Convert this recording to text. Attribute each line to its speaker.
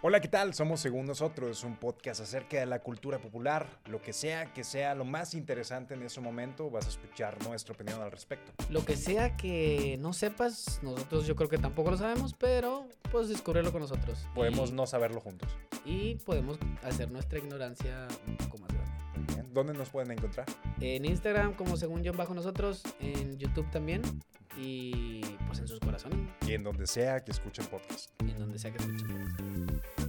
Speaker 1: Hola, ¿qué tal? Somos Según Nosotros, un podcast acerca de la cultura popular. Lo que sea que sea lo más interesante en ese momento, vas a escuchar nuestra opinión al respecto.
Speaker 2: Lo que sea que no sepas, nosotros yo creo que tampoco lo sabemos, pero puedes descubrirlo con nosotros.
Speaker 1: Podemos no saberlo juntos.
Speaker 2: Y podemos hacer nuestra ignorancia un poco más grande.
Speaker 1: Muy bien. ¿Dónde nos pueden encontrar?
Speaker 2: En Instagram, como según John Bajo Nosotros, en YouTube también y pues en sus corazones,
Speaker 1: Y en donde sea que escuchen podcast.
Speaker 2: y en donde sea que escuchen.